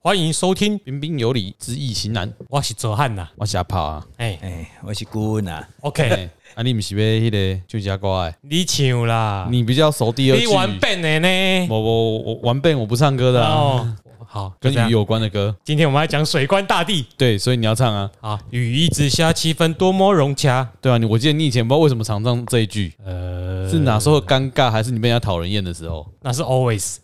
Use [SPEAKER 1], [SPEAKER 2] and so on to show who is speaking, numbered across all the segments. [SPEAKER 1] 欢迎收听《
[SPEAKER 2] 彬彬有礼，知易行难。
[SPEAKER 1] 我是哲汉呐
[SPEAKER 2] 我瞎跑啊！》。
[SPEAKER 1] 哎
[SPEAKER 3] 哎、我是顾问啊，
[SPEAKER 1] ，OK，
[SPEAKER 2] 哎，啊，你不是要迄个就加歌诶？
[SPEAKER 1] 你唱啦，
[SPEAKER 2] 你比较熟第二句。
[SPEAKER 1] 啊你玩笨的呢？
[SPEAKER 2] 我我我玩遍我不唱歌的啊，
[SPEAKER 1] 哦，好，就
[SPEAKER 2] 跟
[SPEAKER 1] 这样
[SPEAKER 2] 鱼。有关的歌。
[SPEAKER 1] 今天我们来讲水官大帝
[SPEAKER 2] 对，所以你要唱啊。
[SPEAKER 1] 啊，雨一直下，气氛多么融洽。
[SPEAKER 2] 对啊，你我记得你以前不知道为什么常唱这一句，
[SPEAKER 1] 呃，
[SPEAKER 2] 是哪时候尴尬，还是你被人家讨人厌的时候，
[SPEAKER 1] 那是 always。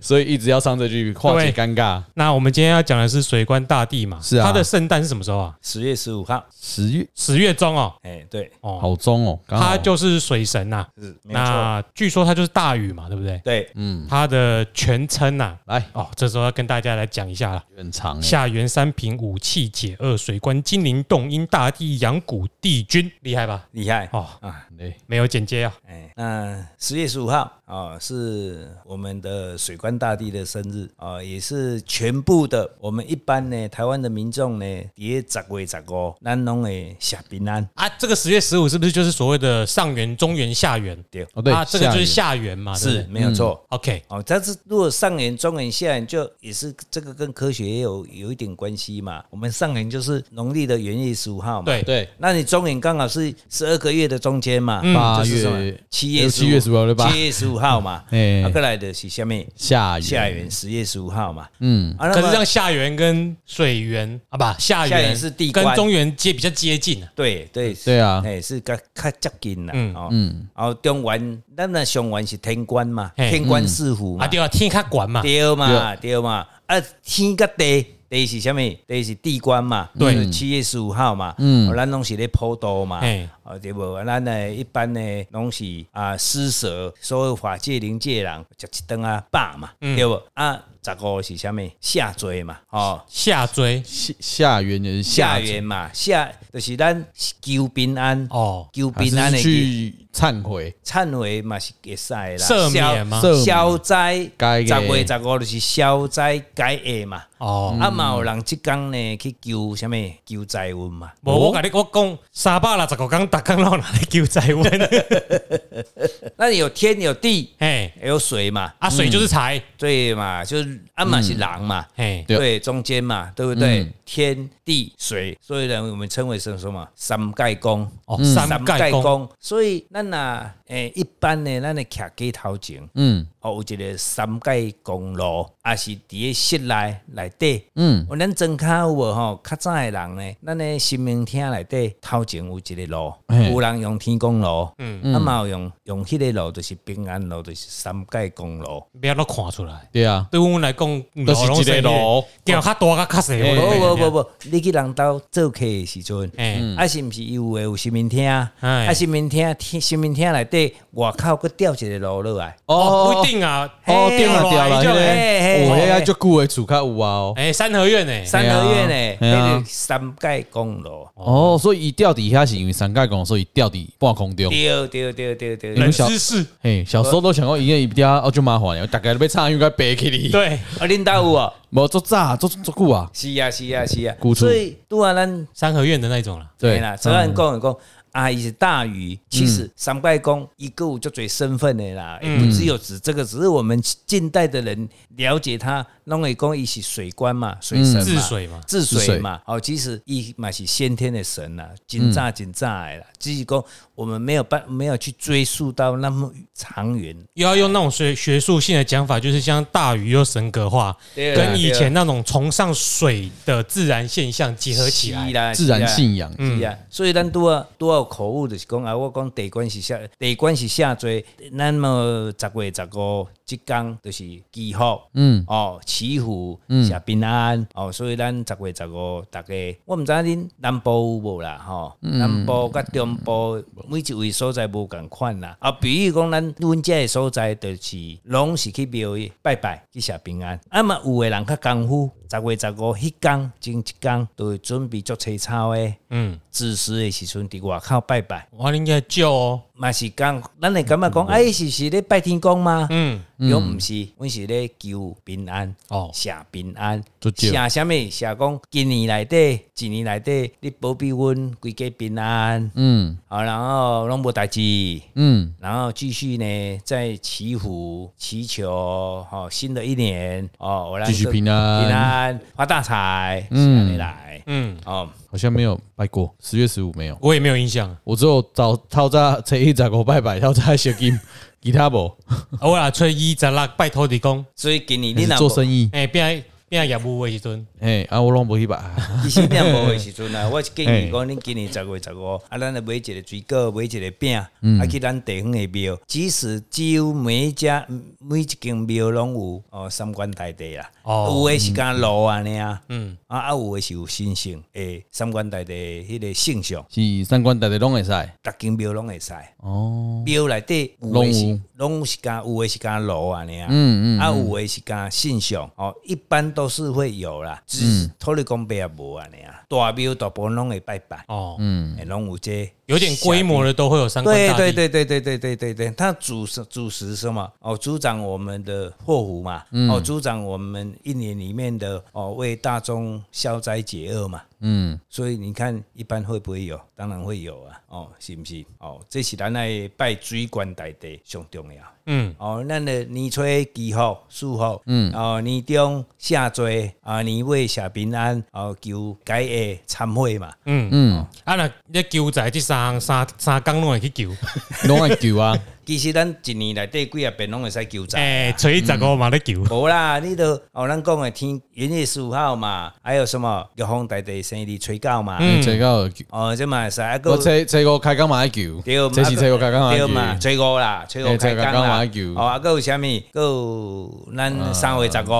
[SPEAKER 2] 所以一直要唱这句化解尴尬。
[SPEAKER 1] 那我们今天要讲的是水官大帝嘛？
[SPEAKER 2] 是啊
[SPEAKER 1] 他的圣诞是什么时候啊？
[SPEAKER 3] 十月十五号，
[SPEAKER 2] 十月
[SPEAKER 1] 十月中哦。
[SPEAKER 3] 哎、对，
[SPEAKER 1] 哦，
[SPEAKER 2] 好中哦，刚好
[SPEAKER 1] 他就是水神呐、
[SPEAKER 3] 是没有错，
[SPEAKER 1] 那据说他就是大禹嘛，对不对？
[SPEAKER 3] 对，
[SPEAKER 2] 嗯，
[SPEAKER 1] 他的全称呐、
[SPEAKER 2] 来
[SPEAKER 1] 哦，这时候要跟大家来讲一下啦。
[SPEAKER 2] 很长欸
[SPEAKER 1] 下元三平五气解厄水官金灵洞阴大地阳谷帝君，厉害吧？
[SPEAKER 3] 厉害
[SPEAKER 1] 哦，
[SPEAKER 3] 啊，
[SPEAKER 2] 对，
[SPEAKER 1] 没有简介啊。
[SPEAKER 3] 哎、那十月十五号啊、是我们的水官大帝的生日啊、也是全部的我们一般呢台湾的民众呢，也十月十五，咱拢会下平安，
[SPEAKER 1] 啊，这个十月十五是不是就是所谓的上元、中元、下元？
[SPEAKER 3] 对，
[SPEAKER 2] 哦对
[SPEAKER 1] 啊，，这个就是嗯
[SPEAKER 2] 下
[SPEAKER 1] 下元嘛，对
[SPEAKER 3] 是
[SPEAKER 1] 不对
[SPEAKER 3] 没有错。
[SPEAKER 1] OK，
[SPEAKER 3] 哦，但是如果上元、中元、下元，就也是这个跟科学也有有一点关系嘛。我们上元就是农历的元月十五号嘛，
[SPEAKER 1] 对
[SPEAKER 2] 雨对
[SPEAKER 3] 那你中元刚好是十二个月的中间嘛，
[SPEAKER 2] 八
[SPEAKER 3] 就是什么
[SPEAKER 2] 月
[SPEAKER 3] 七
[SPEAKER 2] 呃
[SPEAKER 3] 月
[SPEAKER 2] 七月十五号对吧
[SPEAKER 3] 七月十五号嘛，
[SPEAKER 2] 哎
[SPEAKER 3] 哎，过来的是下面
[SPEAKER 2] 下雨
[SPEAKER 3] 下元十月十五号嘛，
[SPEAKER 2] 嗯，
[SPEAKER 3] 啊，
[SPEAKER 1] 可
[SPEAKER 3] 那
[SPEAKER 1] 是
[SPEAKER 3] 么
[SPEAKER 1] 这样下元跟水元啊，不，下
[SPEAKER 3] 下
[SPEAKER 1] 元
[SPEAKER 3] 元是地
[SPEAKER 1] 跟
[SPEAKER 3] 官
[SPEAKER 1] 中元接比较接近啊。
[SPEAKER 3] 对对
[SPEAKER 2] 对啊
[SPEAKER 3] 哎是较较接近啦
[SPEAKER 1] 嗯，
[SPEAKER 3] 哦，然后中元，咱那上元是天官嘛，
[SPEAKER 1] 嘿
[SPEAKER 3] 天官赐福
[SPEAKER 1] 啊，
[SPEAKER 3] 嘛，
[SPEAKER 1] 对啊，天卡管嘛，
[SPEAKER 3] 对嘛对嘛，啊天甲地。地是啥物？地是地官嘛，
[SPEAKER 1] 对
[SPEAKER 3] 就是七月十五号嘛，哦咱拢是咧普渡嘛，
[SPEAKER 1] 嘿
[SPEAKER 3] 哦，对无，啊咱呢一般呢拢是啊施舍，所有法界灵界人食一顿啊饱嘛，对无啊，十五是啥物？下罪嘛，哦，
[SPEAKER 1] 下追
[SPEAKER 2] 下下元也是
[SPEAKER 3] 下
[SPEAKER 2] 下
[SPEAKER 3] 元嘛，下就是咱求平安，
[SPEAKER 1] 哦，
[SPEAKER 3] 求
[SPEAKER 2] 还
[SPEAKER 3] 平安的
[SPEAKER 2] 是去忏悔，
[SPEAKER 3] 忏悔嘛是会使啦，
[SPEAKER 1] 赦免嘛
[SPEAKER 2] 赦免
[SPEAKER 3] 消灾，
[SPEAKER 2] 该
[SPEAKER 3] 十
[SPEAKER 2] 的
[SPEAKER 3] 月十五就是消灾解厄嘛。
[SPEAKER 1] 哦，
[SPEAKER 3] 啊，嘛有人即工呢去求什物求财运嘛，
[SPEAKER 1] 无我甲你我讲，三百六十五天，逐天拢拿来救灾瘟，
[SPEAKER 3] 那有天有地
[SPEAKER 1] 嘿，
[SPEAKER 3] 有水嘛，
[SPEAKER 1] 啊，水就是 财，
[SPEAKER 3] 对嘛，就是啊嘛是人嘛，
[SPEAKER 1] 嗯嘿，
[SPEAKER 2] 对
[SPEAKER 3] 对中间嘛，对不对？
[SPEAKER 2] 嗯
[SPEAKER 3] 天地水，所以呢，我们称为什么什么三界公。
[SPEAKER 1] 哦，三盖公，
[SPEAKER 3] 公，所以咱呐，诶，一般呢，咱咧徛街头前，
[SPEAKER 2] 嗯
[SPEAKER 3] 哦，有一个三界公路，也是伫咧室内内底。
[SPEAKER 2] 嗯，
[SPEAKER 3] 哦，咱前骹有无吼？较早的人呢，咱咧新明厅内底头前有一个路，
[SPEAKER 2] 嘿
[SPEAKER 3] 有人用天公路，嗯，啊嘛有用用迄个路，就是平安路，就是三界公路。
[SPEAKER 1] 不要都看出来。
[SPEAKER 2] 对啊，
[SPEAKER 1] 对我们来讲，
[SPEAKER 2] 都是
[SPEAKER 1] 拢
[SPEAKER 2] 一个路
[SPEAKER 1] 叫较大较较细。
[SPEAKER 2] 嘿
[SPEAKER 3] 无
[SPEAKER 1] 我跟你讲
[SPEAKER 3] 无无，无，你去人兜做客的时阵，
[SPEAKER 2] 嗯
[SPEAKER 1] 哎，
[SPEAKER 3] 啊是毋是伊有诶有新明厅？
[SPEAKER 1] 哎
[SPEAKER 3] 啊新明厅，天新明厅内底外口佫吊一个路落来。
[SPEAKER 1] 哦，不一定啊，
[SPEAKER 2] 哦，
[SPEAKER 3] 嘿
[SPEAKER 2] 对了对了，
[SPEAKER 1] 嘿
[SPEAKER 2] 迄
[SPEAKER 3] 嘿嘿
[SPEAKER 2] 个我
[SPEAKER 3] 嘿
[SPEAKER 2] 迄个
[SPEAKER 3] 嘿
[SPEAKER 2] 足久的厝较有啊哦，
[SPEAKER 1] 哎，三合院哎，
[SPEAKER 3] 三合院呢，
[SPEAKER 2] 对啊
[SPEAKER 3] 那个三界公路，
[SPEAKER 2] 哦，所以伊吊底下是因为三界公，所以吊底半空中。
[SPEAKER 3] 对对对对对
[SPEAKER 2] 你
[SPEAKER 3] 对
[SPEAKER 1] 冷
[SPEAKER 2] 们。小
[SPEAKER 1] 知识，
[SPEAKER 2] 嘿，小时候都想讲伊个伊吊哦就麻烦了，大概被插应该爬起哩。，
[SPEAKER 1] 对，
[SPEAKER 3] 啊，恁兜有哦？
[SPEAKER 2] 无足早足足久啊。
[SPEAKER 3] 是啊是啊是啊
[SPEAKER 2] 古，厝
[SPEAKER 3] 所以拄啊咱
[SPEAKER 1] 三合院的那种啦。
[SPEAKER 3] 对
[SPEAKER 2] 对嗯
[SPEAKER 3] 啦，只按讲讲。啊，伊是大禹，其实三拜公一个有足侪身份的啦，也
[SPEAKER 2] 嗯
[SPEAKER 3] 不只有指这个，只是我们近代的人了解他，拢会讲伊是水官嘛，水神嘛，
[SPEAKER 1] 治水嘛
[SPEAKER 2] 嗯
[SPEAKER 3] 治
[SPEAKER 2] 治水嗯
[SPEAKER 3] 水嘛。哦，其实伊嘛是先天的神啦，紧炸紧炸的啦，只是讲我们没有办没有去追溯到那么长远。
[SPEAKER 1] 又要用那种学学术性的讲法，就是像大禹又神格化，
[SPEAKER 3] 对啊
[SPEAKER 1] 跟以前那种崇尚水的自然现象结合起来
[SPEAKER 3] 是。啦，
[SPEAKER 2] 自
[SPEAKER 3] 是
[SPEAKER 2] 然
[SPEAKER 3] 啦
[SPEAKER 2] 信仰，
[SPEAKER 3] 是啊，所以咱拄啊拄啊有口误就是讲啊，我讲地官是下地官是下罪，咱么十月十五即天就是祈福，
[SPEAKER 2] 嗯，
[SPEAKER 3] 哦祈福，下平安，哦，所以咱十月十五大家，我毋知影恁南部有无啦，吼、南部甲中部每一位所在无共款啦，啊，比如讲咱阮遮的所在，就是拢是去庙宇拜拜去下平安，啊嘛有的人较功夫，十月十五迄天前一天都会准备做菜草诶。
[SPEAKER 1] 嗯，
[SPEAKER 3] 自私的时阵伫外口拜拜，
[SPEAKER 1] 我应该救哦，
[SPEAKER 3] 嘛是讲，咱会感觉
[SPEAKER 2] 嗯
[SPEAKER 3] 讲，哎，是是咧拜天公吗？
[SPEAKER 1] 嗯，
[SPEAKER 3] 又毋是，阮是咧求平安，
[SPEAKER 1] 哦
[SPEAKER 3] 写平安
[SPEAKER 2] 做，少
[SPEAKER 3] 写啥物？写讲今年内底，一年内底，你保庇阮规家平安，
[SPEAKER 2] 嗯
[SPEAKER 3] 啊，然后拢无代志。
[SPEAKER 2] 嗯，
[SPEAKER 3] 然后继续呢，再祈福、祈求，哦，新的一年哦，我来
[SPEAKER 2] 继续平安
[SPEAKER 3] 平安发大财，嗯，来，
[SPEAKER 1] 嗯，
[SPEAKER 3] 哦，
[SPEAKER 2] 好像没有拜过，十月十五没有，
[SPEAKER 1] 我也没有印象。
[SPEAKER 2] 我只有早套在初一十五拜拜，套在小金 吉他无，
[SPEAKER 1] 我啦，初一十六拜托你讲，
[SPEAKER 3] 所以今年
[SPEAKER 2] 你
[SPEAKER 3] 你
[SPEAKER 2] 是
[SPEAKER 3] 若
[SPEAKER 2] 做
[SPEAKER 3] 无
[SPEAKER 2] 生意，
[SPEAKER 1] 哎，变变业务的时阵，
[SPEAKER 2] 哎啊我拢无去拜，
[SPEAKER 3] 其实念无的时阵啊，我是建
[SPEAKER 2] 嘿
[SPEAKER 3] 议讲，恁今年十月十五，啊，咱来买一个水果，买一个饼，啊，去咱地方的庙，即使只有每一家每一间庙拢有哦，三观大帝啦，
[SPEAKER 1] 哦
[SPEAKER 3] 有的是干路安尼啊，嗯，啊啊，有的是有神圣诶，三观大帝的迄个圣像，
[SPEAKER 2] 是三观大家拢会使
[SPEAKER 3] 逐间庙拢会使。
[SPEAKER 2] 哦，
[SPEAKER 3] 庙内底有
[SPEAKER 2] 拢
[SPEAKER 3] 的
[SPEAKER 2] 有
[SPEAKER 3] 是拢是干，有的是干路安尼啊，
[SPEAKER 2] 嗯
[SPEAKER 3] 啊有的是干信仰哦，一般都是会有啦，只
[SPEAKER 2] 嗯
[SPEAKER 3] 是托你讲拜也无安尼啊，大庙大部分拢会拜拜，
[SPEAKER 1] 哦，
[SPEAKER 3] 嗯，拢有这
[SPEAKER 1] 有点规模的都会有三观
[SPEAKER 3] 对
[SPEAKER 1] 大
[SPEAKER 3] 对
[SPEAKER 1] 帝。
[SPEAKER 3] 对对对对对对对，他主是主食什么？哦，主掌我们的祸福嘛，哦，主掌我们一年里面的哦，为大众消灾解厄嘛。
[SPEAKER 2] 嗯
[SPEAKER 3] 所以你看，一般会不会有？当然会有啊，哦，是不是？哦，这是咱来拜水官大帝上重要。
[SPEAKER 1] 嗯，
[SPEAKER 3] 哦，咱的年初祈福、祝福，嗯，哦，年中下罪啊，年尾下平安，哦，求解厄忏悔嘛，
[SPEAKER 2] 嗯，
[SPEAKER 1] 啊那你救灾这三项三三工拢会 去救，
[SPEAKER 2] 拢会救啊，
[SPEAKER 3] 其实咱一年内底几啊遍拢会使求灾。
[SPEAKER 1] 哎，初一十五嘛咧救，
[SPEAKER 3] 无啦，你都哦，咱讲的天元月十五号嘛，还有什么玉皇大帝生日催告嘛，
[SPEAKER 2] 这个有救，
[SPEAKER 3] 哦，这嘛会使啊
[SPEAKER 2] 嗯我
[SPEAKER 3] 个
[SPEAKER 2] 这这个开工嘛会救，
[SPEAKER 3] 对，啊
[SPEAKER 2] 这是这个开工嘛
[SPEAKER 3] 对嘛
[SPEAKER 2] 会，救，
[SPEAKER 3] 催五啦，催五
[SPEAKER 2] 嘿催
[SPEAKER 3] 开工
[SPEAKER 2] 五
[SPEAKER 3] 啦
[SPEAKER 2] 开工，嘛
[SPEAKER 3] 哦，啊个有啥物？个有咱三月十五，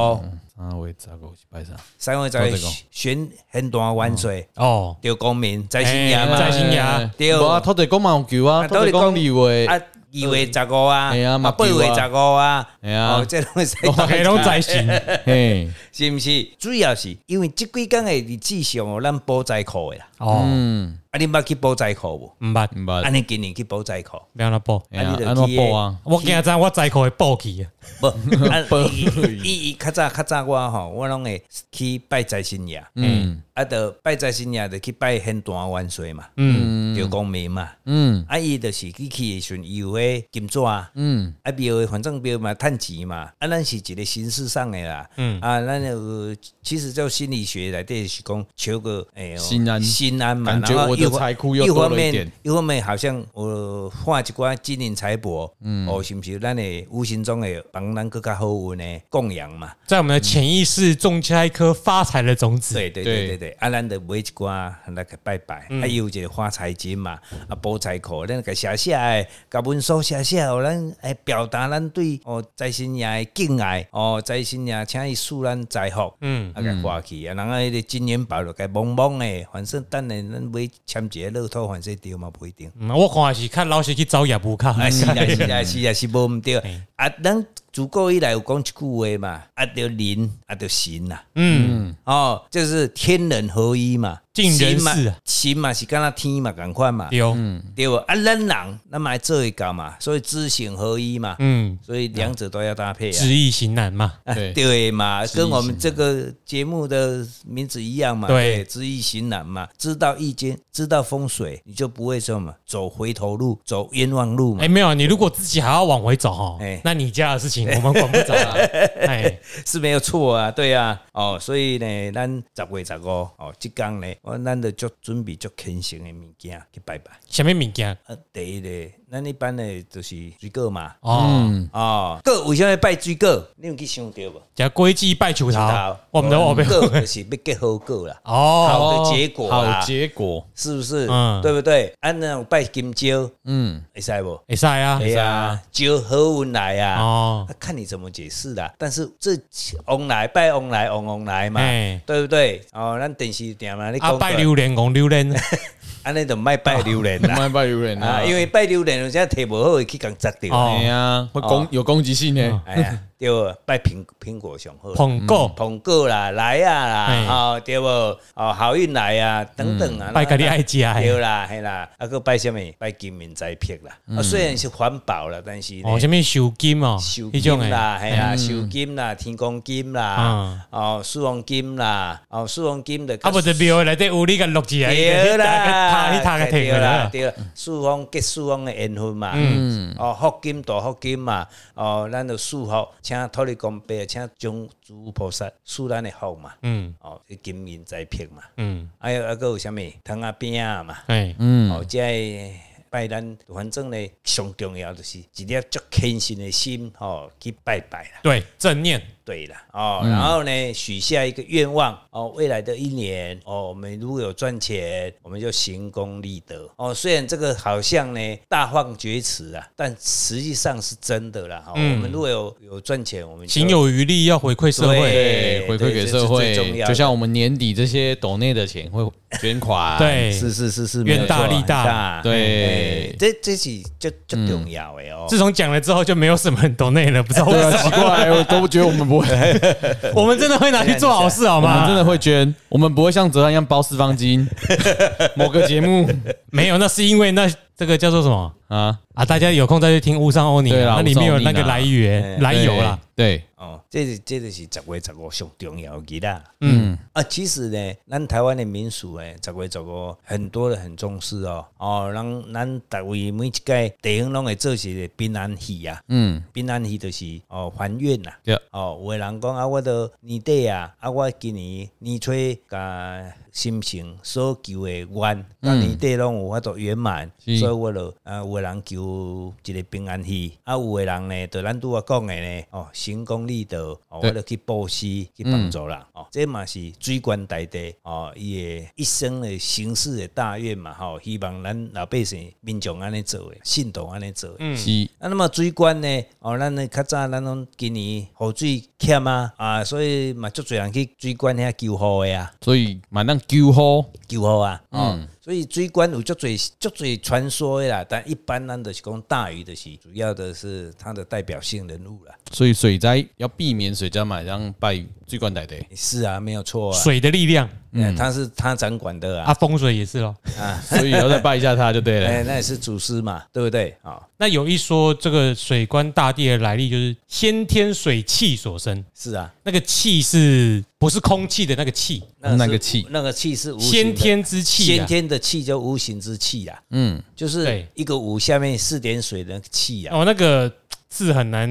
[SPEAKER 2] 啊我十五是啊拜啥？
[SPEAKER 3] 三月
[SPEAKER 2] 我
[SPEAKER 3] 十
[SPEAKER 2] 再
[SPEAKER 3] 五
[SPEAKER 2] 讲嗯
[SPEAKER 3] 选很大万岁，
[SPEAKER 1] 哦，
[SPEAKER 3] 着公民在新年
[SPEAKER 1] 哎
[SPEAKER 3] 嘛
[SPEAKER 1] 在，新牙
[SPEAKER 3] 对
[SPEAKER 2] 无啊，土地公嘛有救啊，
[SPEAKER 3] 啊
[SPEAKER 2] 土地公二位，
[SPEAKER 3] 啊二月十五啊，
[SPEAKER 2] 哎呀嘛
[SPEAKER 3] 啊八
[SPEAKER 2] 对啊
[SPEAKER 3] 月十五啊，
[SPEAKER 2] 哎呀
[SPEAKER 3] 哦，这拢 会使
[SPEAKER 2] 拢
[SPEAKER 1] 大家拢在行，
[SPEAKER 2] 嘿，
[SPEAKER 3] 是毋是？主要是因为即几工的日子上哦，咱补灾课的啦。
[SPEAKER 1] 哦，
[SPEAKER 2] 嗯，
[SPEAKER 3] 啊，你捌去补灾课无？
[SPEAKER 1] 毋捌，
[SPEAKER 2] 明
[SPEAKER 3] 啊，
[SPEAKER 2] 白，
[SPEAKER 3] 你今年去补灾课，
[SPEAKER 1] 要安怎报？
[SPEAKER 2] 哎呀
[SPEAKER 3] 啊你，就
[SPEAKER 2] 安怎
[SPEAKER 3] 去
[SPEAKER 2] 报啊？
[SPEAKER 1] 我今仔我灾库会报去啊，
[SPEAKER 3] 无？啊，伊伊伊较早较早我吼，我拢会去拜财神爷，嗯，啊，着拜财神爷着去拜很大万岁嘛，嗯，着公明嘛，
[SPEAKER 2] 嗯
[SPEAKER 3] 啊，伊着是去去的时阵伊有迄金纸啊，
[SPEAKER 2] 嗯，
[SPEAKER 3] 啊庙的反正庙嘛，趁钱嘛，啊，咱是一个形式上的啦，嗯，啊，咱有其实叫心理学来底是讲求个哎呦
[SPEAKER 2] 心安
[SPEAKER 3] 心安嘛，
[SPEAKER 2] 感觉
[SPEAKER 3] 然后
[SPEAKER 2] 我的
[SPEAKER 3] 一方
[SPEAKER 2] 财库又
[SPEAKER 3] 一
[SPEAKER 2] 多
[SPEAKER 3] 方
[SPEAKER 2] 了一
[SPEAKER 3] 面
[SPEAKER 2] 点。
[SPEAKER 3] 一方面好像我画一寡金银财帛，嗯，哦，是不是咱的无形中会帮咱更较好运的供养嘛？
[SPEAKER 1] 在我们的潜意识种下一颗发财的种子。
[SPEAKER 3] 对对
[SPEAKER 2] 对嗯
[SPEAKER 3] 对对对，啊，咱就买一寡那个拜拜，啊，伊有一个发财金嘛，啊，补财库，咱个写写诶，甲文书写写，哦，咱诶表达咱对哦财神爷的敬爱，哦财神爷请伊赐咱财福，嗯，啊，甲挂去啊，人啊，迄个金元宝就甲蒙蒙诶，反正等下咱买签一个乐透，反正对嘛，不一定。
[SPEAKER 1] 嗯，我看是较老实去找业务卡，
[SPEAKER 3] 啊，是啊，是啊，是啊，是无毋对。啊，咱自古以来有讲一句话嘛，啊，着人，啊，着神呐。
[SPEAKER 1] 嗯，
[SPEAKER 3] 哦，就是天人合一嘛，
[SPEAKER 1] 尽人事啊
[SPEAKER 3] 神嘛神嘛是敢若天嘛共款嘛，
[SPEAKER 1] 对，
[SPEAKER 2] 嗯
[SPEAKER 3] 对无啊，咱人咱嘛要做会到嘛，所以知行合一嘛，
[SPEAKER 1] 嗯，
[SPEAKER 3] 所以两者都要搭配啊。
[SPEAKER 1] 知易行难嘛，
[SPEAKER 3] 啊
[SPEAKER 2] 对
[SPEAKER 3] 对嘛，
[SPEAKER 2] 易行
[SPEAKER 3] 跟我们这个节目的名字一样嘛，
[SPEAKER 1] 对
[SPEAKER 3] 知易行难嘛，知道易经，知道风水，你就不会什么走回头路，走冤枉路嘛
[SPEAKER 1] 哎，，没有，你如果自己还要往回走哈
[SPEAKER 3] 嗯哎，
[SPEAKER 1] 那你家的事情我们管不着 啊。哎，
[SPEAKER 3] 是没有错啊，对啊，哦，所以呢，咱十月十五哦，即天呢，我咱就足准备足虔诚的物件去拜拜。
[SPEAKER 1] 什么物件？
[SPEAKER 3] 啊，第一个，咱一般的就是水果嘛。
[SPEAKER 2] 嗯
[SPEAKER 1] 哦，
[SPEAKER 3] 哦，个为什么拜水果？你有去想到无？
[SPEAKER 1] 叫规矩拜求桃，我们的我们
[SPEAKER 3] 果就是要结好果啦，
[SPEAKER 1] 哦，
[SPEAKER 3] 哦好的结果啊啦
[SPEAKER 2] 好结果，
[SPEAKER 3] 是不是？
[SPEAKER 1] 嗯
[SPEAKER 3] 对不对？啊，那种拜金蕉，
[SPEAKER 2] 嗯，
[SPEAKER 3] 会使无？
[SPEAKER 1] 会晒啊
[SPEAKER 3] 哎，呀，招好运来啊！
[SPEAKER 1] 哦
[SPEAKER 3] 啊，看你怎么解释啦。但是这往来拜往来往往来嘛
[SPEAKER 1] 哎，
[SPEAKER 3] 对不对？哦，咱电视点嘛，你
[SPEAKER 1] 啊
[SPEAKER 3] 讲
[SPEAKER 1] 拜
[SPEAKER 3] 过
[SPEAKER 1] 榴莲，讲榴莲，
[SPEAKER 3] 安尼就莫拜榴莲 啦，
[SPEAKER 1] 哦
[SPEAKER 2] 卖拜榴莲
[SPEAKER 3] 啊，
[SPEAKER 2] 啊，
[SPEAKER 3] 因
[SPEAKER 2] 为
[SPEAKER 3] 为拜榴莲有时摕无好会去共砸掉。
[SPEAKER 1] 哦
[SPEAKER 2] 哎呀，会攻有攻击性呢，
[SPEAKER 3] 哎呀， 对无，拜苹苹果上好啦。
[SPEAKER 1] 捧够
[SPEAKER 3] 捧果啦，来啊
[SPEAKER 1] 嘿嗯
[SPEAKER 3] 啦，哦，对无，哦，好运来啊，等等啊，
[SPEAKER 1] 拜家你爱食
[SPEAKER 3] 对
[SPEAKER 1] 诶，
[SPEAKER 3] 啦，嘿啦，啊，个拜什么？拜金民栽票啦，啊，虽然是环保啦，但是呢
[SPEAKER 1] 嗯哦，什么收金哦，
[SPEAKER 3] 收
[SPEAKER 1] 迄种嗯
[SPEAKER 3] 金
[SPEAKER 1] 诶，
[SPEAKER 3] 啦，系啦，收金啦，天公金啦，哦，四王金啦，哦，四王金的，
[SPEAKER 1] 啊啊，无就庙内底有你甲录起来，他
[SPEAKER 3] 对啦，
[SPEAKER 1] 去他个嗯摕
[SPEAKER 3] 对
[SPEAKER 1] 过
[SPEAKER 3] 啦，
[SPEAKER 1] 来，
[SPEAKER 3] 对啦，四方结四方的缘分嘛，哦，福金大福金嘛，哦，咱就四福，请托你公伯，请将诸菩萨赐咱的福嘛，
[SPEAKER 1] 嗯
[SPEAKER 3] 哦，金银财帛嘛，
[SPEAKER 1] 嗯，
[SPEAKER 3] 还有啊个有啥物糖啊饼啊嘛，
[SPEAKER 1] 哎，
[SPEAKER 3] 哦，即个拜咱反正呢上重要就是一粒足虔诚的心哦去拜拜啦，
[SPEAKER 1] 对，正念，
[SPEAKER 3] 对啦，哦，
[SPEAKER 1] 嗯
[SPEAKER 3] 然后呢许下一个愿望哦，未来的一年哦，我们如果有赚钱，我们就行功立德哦。虽然这个好像呢大放厥词啊，但实际上是真的啦。哦，我们如果有有赚钱，我们就
[SPEAKER 1] 行嗯有余力要回馈社会，
[SPEAKER 2] 对，回馈
[SPEAKER 3] 对
[SPEAKER 2] 给
[SPEAKER 3] 这
[SPEAKER 2] 社
[SPEAKER 3] 是
[SPEAKER 2] 会
[SPEAKER 3] 最重要，
[SPEAKER 2] 就
[SPEAKER 3] 的
[SPEAKER 2] 像我们年底这些抖内的钱会捐款，
[SPEAKER 1] 对，
[SPEAKER 3] 是是是是，
[SPEAKER 1] 愿
[SPEAKER 3] 没有错
[SPEAKER 1] 大力大
[SPEAKER 3] 很大
[SPEAKER 2] 对
[SPEAKER 3] 哎这这是就就重要的哦。
[SPEAKER 1] 自从讲了之后，就没有什么人懂内了，不知道为
[SPEAKER 2] 对啊，
[SPEAKER 1] 什
[SPEAKER 2] 奇
[SPEAKER 1] 么。
[SPEAKER 2] 怪，我都不觉得我们 不会，
[SPEAKER 1] 我们真的会拿去做好事，好
[SPEAKER 2] 我们真
[SPEAKER 1] 吗？
[SPEAKER 2] 的会捐，我们不会像泽安一样包四方金。某个节目
[SPEAKER 1] 没有，那是因为那这个叫做什么
[SPEAKER 2] 啊，
[SPEAKER 1] 啊？大家有空再去听《误上欧尼》
[SPEAKER 2] 对
[SPEAKER 1] 啊，
[SPEAKER 2] 啦
[SPEAKER 1] 那里面有那个
[SPEAKER 2] 误上欧尼啊
[SPEAKER 1] 来源来由啦。
[SPEAKER 2] 对，
[SPEAKER 3] 哦，这是这就是十月十五上重要的日啦。嗯啊，其实呢，咱台湾的民俗诶，十月十五很多人很重视哦。哦，咱咱逐位每一届地方拢会做一个平安戏啊。嗯，平安戏就是哦还愿啦。
[SPEAKER 2] 对
[SPEAKER 3] 哦，有的人讲啊，我都年底啊，啊，我今年年初甲心情所求的愿，到年底拢有法度圆满，
[SPEAKER 2] 是
[SPEAKER 3] 所以我就啊，有的人求一个平安喜，啊，有的人呢，就咱拄啊讲的呢，哦，行功立德，哦，我
[SPEAKER 2] 对嗯
[SPEAKER 3] 就去布施去帮助人，哦，这嘛是水官大帝哦，伊的一生的行事的大愿嘛，吼、希望咱老百姓民众安尼做的，信徒安尼做的。
[SPEAKER 2] 是
[SPEAKER 3] 啊，那么水管呢？哦，咱呢较早咱拢今年雨水欠啊，啊，所以嘛足侪人去水管遐求雨的啊，
[SPEAKER 2] 所以马上救好，
[SPEAKER 3] 求雨啊，哦，所以水管有足侪足侪传说的啦，但一般咱就是讲大禹的是主要的是它的代表性人物啦，
[SPEAKER 2] 所以水灾要避免水灾嘛，让拜最管奶奶。
[SPEAKER 3] 是啊，没有错啊，
[SPEAKER 1] 水的力量
[SPEAKER 3] 嗯，他是他掌管的啊，
[SPEAKER 1] 啊，风水也是咯。
[SPEAKER 2] 所以要再拜一下他就对了。
[SPEAKER 3] 哎，那也是祖师嘛，对不对？啊，
[SPEAKER 1] 那有一说，这个水官大帝的来历就是先天水气所生，
[SPEAKER 3] 是啊，
[SPEAKER 1] 那个气是不是空气的那个气？
[SPEAKER 3] 是
[SPEAKER 2] 那个气
[SPEAKER 3] 那个气是无形的
[SPEAKER 1] 先天之气、
[SPEAKER 3] 先
[SPEAKER 1] 啊，
[SPEAKER 3] 天的气叫无形之气啦，嗯，就是
[SPEAKER 1] 对
[SPEAKER 3] 一个五下面四点水的气啊，
[SPEAKER 1] 哦，那个字很难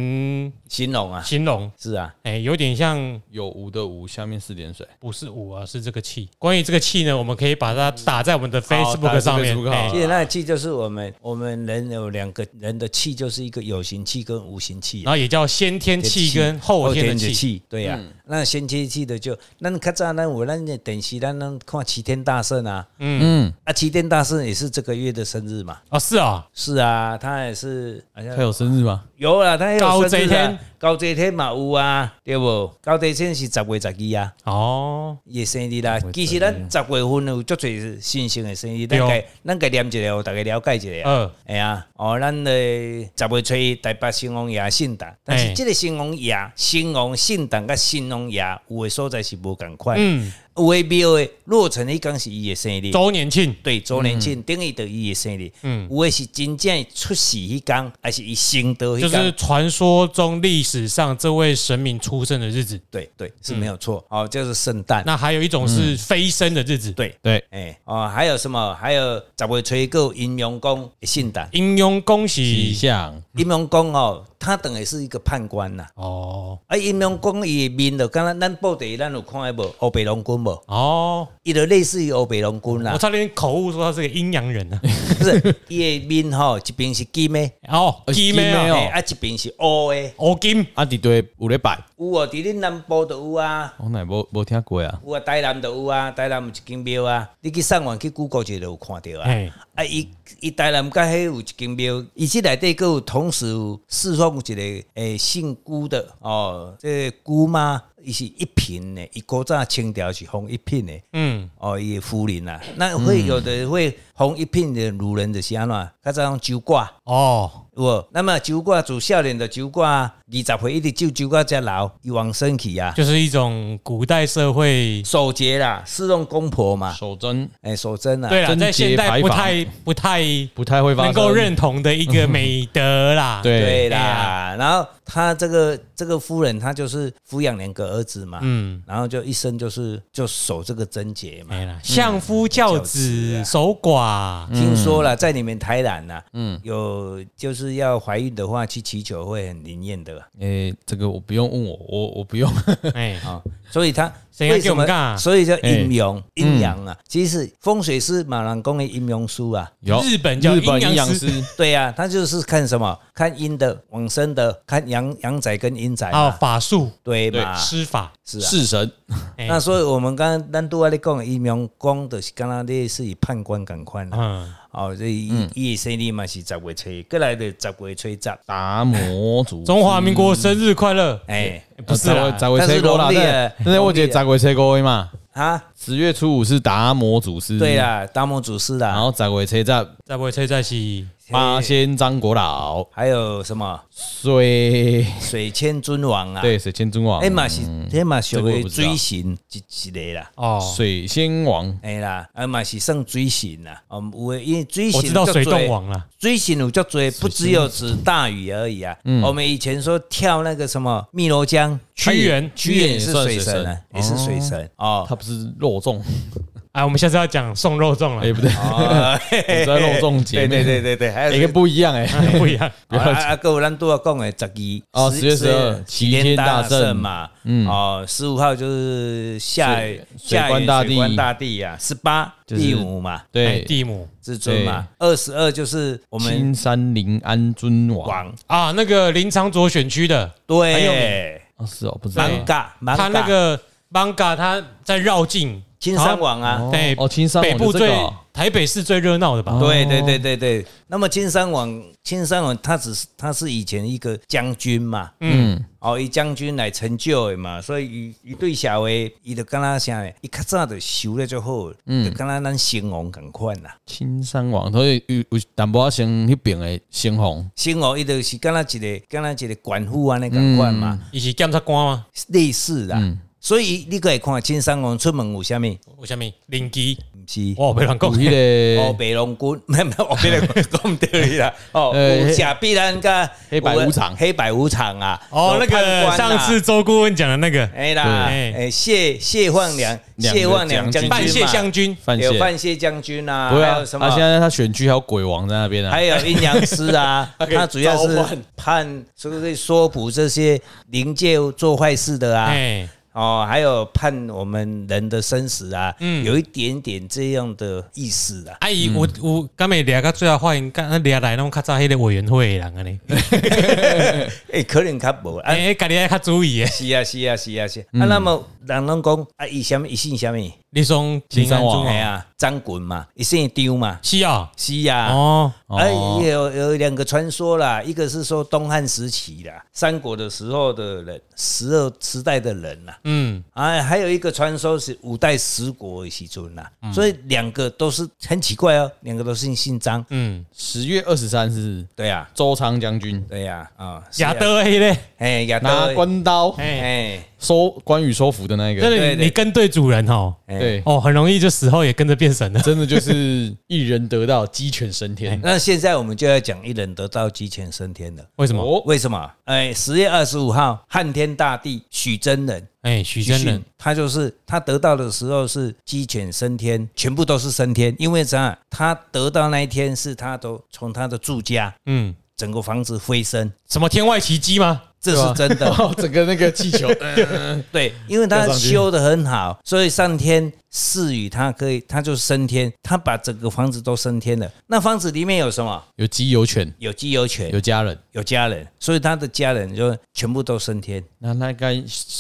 [SPEAKER 3] 形容啊，
[SPEAKER 1] 形容，
[SPEAKER 3] 是啊，
[SPEAKER 1] 哎、有点像
[SPEAKER 2] 有无的无，下面四点水。
[SPEAKER 1] 不是五啊，是这个气。关于这个气呢，我们可以把它打在我们的
[SPEAKER 2] 打
[SPEAKER 1] Facebook
[SPEAKER 2] 在
[SPEAKER 1] 上面。
[SPEAKER 2] Facebook
[SPEAKER 1] 哎
[SPEAKER 2] 好
[SPEAKER 3] 其实那气就是我们我们人有两个人的气，就是一个有形气跟无形气
[SPEAKER 1] 然
[SPEAKER 3] 啊。
[SPEAKER 1] 后也叫先天气跟后天的气。
[SPEAKER 3] 气，对呀、啊那先天气的就，咱较早咱有咱的电视，咱能看齐天大圣啊，
[SPEAKER 2] 嗯，
[SPEAKER 3] 啊，齐天大圣也是这个月的生日嘛，
[SPEAKER 1] 哦，是啊，
[SPEAKER 3] 是啊，他也是好像
[SPEAKER 2] 他有生日吗？
[SPEAKER 3] 有啦，他也
[SPEAKER 1] 高
[SPEAKER 3] 有生
[SPEAKER 1] 这
[SPEAKER 3] 日
[SPEAKER 1] 一
[SPEAKER 3] 啊
[SPEAKER 1] 天，
[SPEAKER 3] 高这一天嘛有啊，对不？高这一天是十月十二啊。
[SPEAKER 1] 哦，
[SPEAKER 3] 伊的生日啦，其实咱十月份有足侪新生的生日，
[SPEAKER 1] 对
[SPEAKER 3] 咱
[SPEAKER 1] 哦
[SPEAKER 3] 该咱该念一下，互大家了解一
[SPEAKER 1] 嗯
[SPEAKER 3] 下。啊。哎呀，哦，咱的十月初一台北新王爷信诞，但
[SPEAKER 1] 哎
[SPEAKER 3] 是即个新王爷、新王信诞甲新王爷有的所在是无共款，
[SPEAKER 1] 嗯，
[SPEAKER 3] 有的庙的落成迄天是伊的生日。
[SPEAKER 1] 周年庆，
[SPEAKER 3] 对，周年庆等于着伊的生日，
[SPEAKER 1] 嗯
[SPEAKER 3] 有的是真正出世迄天，还是伊升到迄
[SPEAKER 1] 就
[SPEAKER 3] 天？
[SPEAKER 1] 是传说中历史上这位神明出生的日子。
[SPEAKER 3] 对对，是没有错。哦，就是圣诞。
[SPEAKER 1] 那还有一种是飞升的日子，
[SPEAKER 3] 对，
[SPEAKER 2] 嗯对，
[SPEAKER 3] 哎、哦，还有什么？还有十月初一还有阴阳公的信诞。
[SPEAKER 1] 应用恭喜
[SPEAKER 2] 吉祥。
[SPEAKER 3] 阴阳公哦，他等于是一个判官呐、
[SPEAKER 1] 哦
[SPEAKER 3] 啊，阴阳公伊的面就敢若咱报地咱有看的无？黑白龙君无？
[SPEAKER 1] 哦，
[SPEAKER 3] 伊就类似于黑白龙君啦
[SPEAKER 1] 我，差点口误说他是个阴阳人啊 呢。
[SPEAKER 3] 不是？伊的面吼，一边是金的，
[SPEAKER 1] 哦，金妹
[SPEAKER 2] 金妹
[SPEAKER 1] 哦，
[SPEAKER 2] 哦
[SPEAKER 3] 嘿啊一边是乌的。
[SPEAKER 1] 哦金，
[SPEAKER 2] 啊，伫对有咧拜，
[SPEAKER 3] 有哦，伫恁南部就有啊，
[SPEAKER 2] 我乃无无听过啊。
[SPEAKER 3] 有啊，台南就有啊，台南有一间庙啊，你去上网去 Google 就有看到啊
[SPEAKER 1] 嘿。
[SPEAKER 3] 啊，伊伊台南甲迄有一间庙，伊即内底佫有同时有侍奉有一个诶姓辜的哦，这个姑妈伊是一品的，伊古早清朝是封一品的，
[SPEAKER 1] 嗯，
[SPEAKER 3] 哦，伊的夫人啊，那会有的会封一品的女人就是安怎，较早用酒挂。
[SPEAKER 1] 哦，
[SPEAKER 3] 有无？那么酒馆自少年的酒馆，二十岁一直酒酒馆才老，伊往生去啊，
[SPEAKER 1] 就是一种古代社会。
[SPEAKER 3] 守节啦，侍弄公婆嘛，
[SPEAKER 2] 手真
[SPEAKER 3] 哎、守贞啦，
[SPEAKER 1] 对了，
[SPEAKER 2] 啊贞
[SPEAKER 1] 在现
[SPEAKER 2] 节
[SPEAKER 1] 代
[SPEAKER 2] 牌
[SPEAKER 1] 不
[SPEAKER 2] 坊
[SPEAKER 1] 太不太
[SPEAKER 2] 不太会发
[SPEAKER 1] 能
[SPEAKER 2] 生，
[SPEAKER 1] 够认同的一个美德啦。
[SPEAKER 2] 对
[SPEAKER 3] 对
[SPEAKER 1] 哎
[SPEAKER 3] 啦
[SPEAKER 1] 呀。
[SPEAKER 3] 然后他这个这个夫人，她就是抚养两个儿子嘛，嗯，然后就一生就是就守这个贞节嘛。
[SPEAKER 1] 没
[SPEAKER 2] 嗯
[SPEAKER 1] 了，哎相夫教
[SPEAKER 2] 啊
[SPEAKER 1] 子，守寡。
[SPEAKER 3] 听说
[SPEAKER 1] 嗯
[SPEAKER 3] 了，在你们台南呐、嗯，有就是要怀孕的话，去祈求会很灵验的
[SPEAKER 2] 诶、这个我不用问我，我我不用。
[SPEAKER 1] 哎，
[SPEAKER 3] 啊、所以他
[SPEAKER 1] 谁要
[SPEAKER 3] 为
[SPEAKER 1] 给我们嗯
[SPEAKER 3] 什么
[SPEAKER 1] 干啊？
[SPEAKER 3] 所以叫阴阳，阴阳啊，其实风水师马兰公的阴阳书啊，
[SPEAKER 2] 有
[SPEAKER 1] 日本叫
[SPEAKER 2] 日本
[SPEAKER 1] 阴阳
[SPEAKER 2] 阴阳
[SPEAKER 1] 师
[SPEAKER 2] 师，
[SPEAKER 3] 对呀、啊，他就是看什么？看阴的、往生的，看阳阳仔跟阴仔
[SPEAKER 1] 还有
[SPEAKER 3] 嘛，
[SPEAKER 1] 法术、
[SPEAKER 3] 对嘛？
[SPEAKER 1] 施法，
[SPEAKER 3] 是啊。
[SPEAKER 2] 弑神，
[SPEAKER 1] 哎
[SPEAKER 3] 那所以我们刚刚咱拄仔咧讲的阴阳公，就是刚刚类似于判官共款啦。
[SPEAKER 1] 嗯，
[SPEAKER 3] 哦，所以伊伊的生日嘛是十月初，过来的十月初十，
[SPEAKER 2] 达摩族，
[SPEAKER 1] 中华民国生日快
[SPEAKER 2] 嗯
[SPEAKER 1] 乐！
[SPEAKER 3] 哎
[SPEAKER 1] 哎不是啦，
[SPEAKER 2] 咋会吹过啦？
[SPEAKER 3] 但是农历
[SPEAKER 2] 对
[SPEAKER 3] 的，
[SPEAKER 2] 但是我觉
[SPEAKER 3] 农
[SPEAKER 2] 得
[SPEAKER 3] 历的
[SPEAKER 2] 咋会吹过嘛？
[SPEAKER 3] 啊，
[SPEAKER 2] 十月初五是达摩祖师，
[SPEAKER 3] 对，啦，达摩祖师
[SPEAKER 2] 然
[SPEAKER 3] 啦，
[SPEAKER 2] 后咋会吹在
[SPEAKER 1] 再不会吹再是
[SPEAKER 2] 八仙张国老，
[SPEAKER 3] 还有什么
[SPEAKER 2] 水
[SPEAKER 3] 水千尊王啊？，
[SPEAKER 2] 对水仙尊王
[SPEAKER 3] 哎，嘛是，哎嘛
[SPEAKER 2] 这
[SPEAKER 3] 属
[SPEAKER 2] 个我
[SPEAKER 3] 于
[SPEAKER 2] 不知道
[SPEAKER 3] 追寻一一个啦。
[SPEAKER 1] 哦，
[SPEAKER 2] 水仙王，
[SPEAKER 3] 哎啦，啊嘛是算水神啦，哦，有的因为水神
[SPEAKER 1] 我知道
[SPEAKER 3] 足
[SPEAKER 1] 水
[SPEAKER 3] 多
[SPEAKER 1] 洞王了，
[SPEAKER 3] 追星有叫追，不只有指大禹而已啊。我们以前说跳那个什么汨罗江，
[SPEAKER 1] 屈原
[SPEAKER 3] 屈原也是
[SPEAKER 2] 算
[SPEAKER 3] 水
[SPEAKER 2] 水
[SPEAKER 3] 神啊
[SPEAKER 2] 神，
[SPEAKER 3] 也是水神哦。
[SPEAKER 2] 他不是肉粽，
[SPEAKER 1] 哎，我们下次要讲送肉粽
[SPEAKER 2] 哎
[SPEAKER 1] 了，
[SPEAKER 2] 不对，
[SPEAKER 3] 哦嘿嘿
[SPEAKER 2] 我在肉粽节
[SPEAKER 3] 对
[SPEAKER 2] 目
[SPEAKER 3] 对对对对，还有
[SPEAKER 2] 每个不一样哎，
[SPEAKER 1] 不一样。
[SPEAKER 3] 啊啊，啊各位咱都要讲的十二
[SPEAKER 2] 哦10月12
[SPEAKER 3] 齐
[SPEAKER 2] 齐
[SPEAKER 3] 天
[SPEAKER 2] 天
[SPEAKER 3] 大
[SPEAKER 2] 大
[SPEAKER 3] 圣
[SPEAKER 2] 圣
[SPEAKER 3] 嘛，哦，十五号就是下
[SPEAKER 2] 水
[SPEAKER 3] 下
[SPEAKER 2] 水官大帝
[SPEAKER 3] 水官大帝啊，十八
[SPEAKER 2] 就是
[SPEAKER 3] 第五嘛，
[SPEAKER 1] 哎
[SPEAKER 2] 对，
[SPEAKER 1] 蒂姆
[SPEAKER 3] 至尊嘛，二十二就是我们
[SPEAKER 2] 青山临安尊王，
[SPEAKER 3] 王，
[SPEAKER 1] 啊，那个林长卓选区的，很有
[SPEAKER 3] 对，
[SPEAKER 2] 哦是哦，不知道
[SPEAKER 1] 对
[SPEAKER 3] 芒嘎芒
[SPEAKER 1] 他
[SPEAKER 3] 嘎
[SPEAKER 1] 那个 manga 他在绕境，
[SPEAKER 3] 青山王啊，
[SPEAKER 2] 哦
[SPEAKER 1] 对
[SPEAKER 2] 哦青山
[SPEAKER 1] 北
[SPEAKER 2] 王
[SPEAKER 1] 部
[SPEAKER 2] 就这
[SPEAKER 1] 最
[SPEAKER 2] 个哦
[SPEAKER 1] 台北市最热闹的吧？
[SPEAKER 3] 对对对对对。那么青山王，青山王他只是他是以前一个将军嘛，嗯，哦，以将军来成就的嘛，所以伊伊对社会，伊就敢若啥呢？伊较早就修了就好，嗯，就敢若咱兴王共款啦。
[SPEAKER 2] 青山王，所以有有淡薄仔像迄边的猩红，
[SPEAKER 3] 兴王伊就是敢若一个敢若一个官府安尼共款嘛，
[SPEAKER 1] 伊是检察官吗？
[SPEAKER 3] 类似啦。所以你可以看青山王出门有啥物？毋
[SPEAKER 1] 有啥物林基？
[SPEAKER 3] 是。
[SPEAKER 1] 我被人
[SPEAKER 2] 有
[SPEAKER 1] 讲，
[SPEAKER 2] 迄
[SPEAKER 3] 哦，
[SPEAKER 2] 个
[SPEAKER 3] 白龙君， 没有没有，我白龙君讲唔 对啦。哦，
[SPEAKER 2] 呃
[SPEAKER 3] 有
[SPEAKER 2] 黑
[SPEAKER 3] 假必然噶
[SPEAKER 2] 黑白无常
[SPEAKER 3] 黑白无常啊。
[SPEAKER 1] 哦，那
[SPEAKER 3] 有判
[SPEAKER 1] 个
[SPEAKER 3] 官啊
[SPEAKER 1] 上次周顾问讲的那个
[SPEAKER 3] 哎啦，
[SPEAKER 1] 对
[SPEAKER 3] 哎谢谢焕良，
[SPEAKER 2] 两个
[SPEAKER 3] 谢焕良将
[SPEAKER 2] 将
[SPEAKER 3] 军
[SPEAKER 2] 军
[SPEAKER 1] 半
[SPEAKER 3] 嘛
[SPEAKER 1] 蟹将军，
[SPEAKER 2] 范
[SPEAKER 3] 有
[SPEAKER 2] 谢，
[SPEAKER 3] 范谢将军啊，
[SPEAKER 2] 对
[SPEAKER 3] 还
[SPEAKER 2] 啊
[SPEAKER 3] 有，什
[SPEAKER 2] 他现
[SPEAKER 3] 么？
[SPEAKER 2] 在他选区还有鬼王在那边啊
[SPEAKER 3] 还，有阴阳师 啊，
[SPEAKER 2] 可以
[SPEAKER 3] 他主要是
[SPEAKER 2] 召唤
[SPEAKER 3] 判，所以说捕这些灵界做坏事的啊，
[SPEAKER 1] 哎，
[SPEAKER 3] 哦，还有判我们人的生死啊，
[SPEAKER 1] 嗯
[SPEAKER 3] 有一点点这样的意思啊的。
[SPEAKER 1] 阿姨，我
[SPEAKER 2] 嗯
[SPEAKER 1] 我刚没掠到最后发现，刚掠来拢较早迄个委员会的人安尼，
[SPEAKER 3] 哎，可能较无啊，
[SPEAKER 1] 哎，家己爱较注意诶。
[SPEAKER 3] 是啊，是啊，是啊，是啊。
[SPEAKER 2] 嗯
[SPEAKER 3] 啊，那么人拢讲啊，伊什么，伊姓什么？系
[SPEAKER 1] 你从
[SPEAKER 2] 金山王哦
[SPEAKER 3] 啊，张滚嘛，伊姓张嘛，
[SPEAKER 1] 是啊，
[SPEAKER 3] 是啊。
[SPEAKER 1] 哦，
[SPEAKER 3] 哎，
[SPEAKER 2] 哦
[SPEAKER 3] 有有两个传说啦，一个是说东汉时期啦，三国的时候的人，十二时代的人啦，
[SPEAKER 1] 嗯，
[SPEAKER 3] 啊，还有一个传说是五代十国的时尊啦，
[SPEAKER 2] 嗯
[SPEAKER 3] 所以两个都是很奇怪哦，两个都是姓张，
[SPEAKER 1] 嗯，
[SPEAKER 2] 十月二十三是
[SPEAKER 3] 对呀，
[SPEAKER 2] 周仓将军
[SPEAKER 3] 对呀，啊， 是啊
[SPEAKER 1] 亚，德迄个，
[SPEAKER 3] 哎，亚
[SPEAKER 2] 拿
[SPEAKER 3] 德，
[SPEAKER 2] 关刀
[SPEAKER 1] 哎，
[SPEAKER 3] 哎，
[SPEAKER 2] 收关羽收服的那一
[SPEAKER 1] 真
[SPEAKER 2] 个，
[SPEAKER 1] 的
[SPEAKER 3] 对
[SPEAKER 1] 你
[SPEAKER 3] 对
[SPEAKER 1] 你跟对主人哦，
[SPEAKER 3] 哎
[SPEAKER 2] 对，
[SPEAKER 1] 哦，很容易就死后也跟着变神了。
[SPEAKER 2] 真的就是一人得道鸡犬升
[SPEAKER 1] 哎
[SPEAKER 2] 天。
[SPEAKER 3] 那现在我们就要讲一人得道鸡犬升天了。
[SPEAKER 1] 为什么？
[SPEAKER 2] 哦，
[SPEAKER 3] 为什么？哎，十月二十五号，汉天大帝许真人，
[SPEAKER 1] 哎，许真人
[SPEAKER 3] 迅，他就是他得到的时候是鸡犬升天，全部都是升天，因为啥？他得到那一天是他都从他的住家
[SPEAKER 1] 嗯，
[SPEAKER 3] 整个房子飞升，
[SPEAKER 1] 什么天外奇迹吗？
[SPEAKER 3] 这是真的。
[SPEAKER 2] 哦，整个那个气 球，
[SPEAKER 3] 对，因为他
[SPEAKER 2] 要上去
[SPEAKER 3] 修得很好，所以上天赐予他可以，他就升天，他把整个房子都升天了。那房子里面有什么？
[SPEAKER 2] 有鸡有犬
[SPEAKER 3] 有鸡有犬，
[SPEAKER 2] 有家人，
[SPEAKER 3] 有家人，所以他的家人就全部都升天。
[SPEAKER 2] 那那该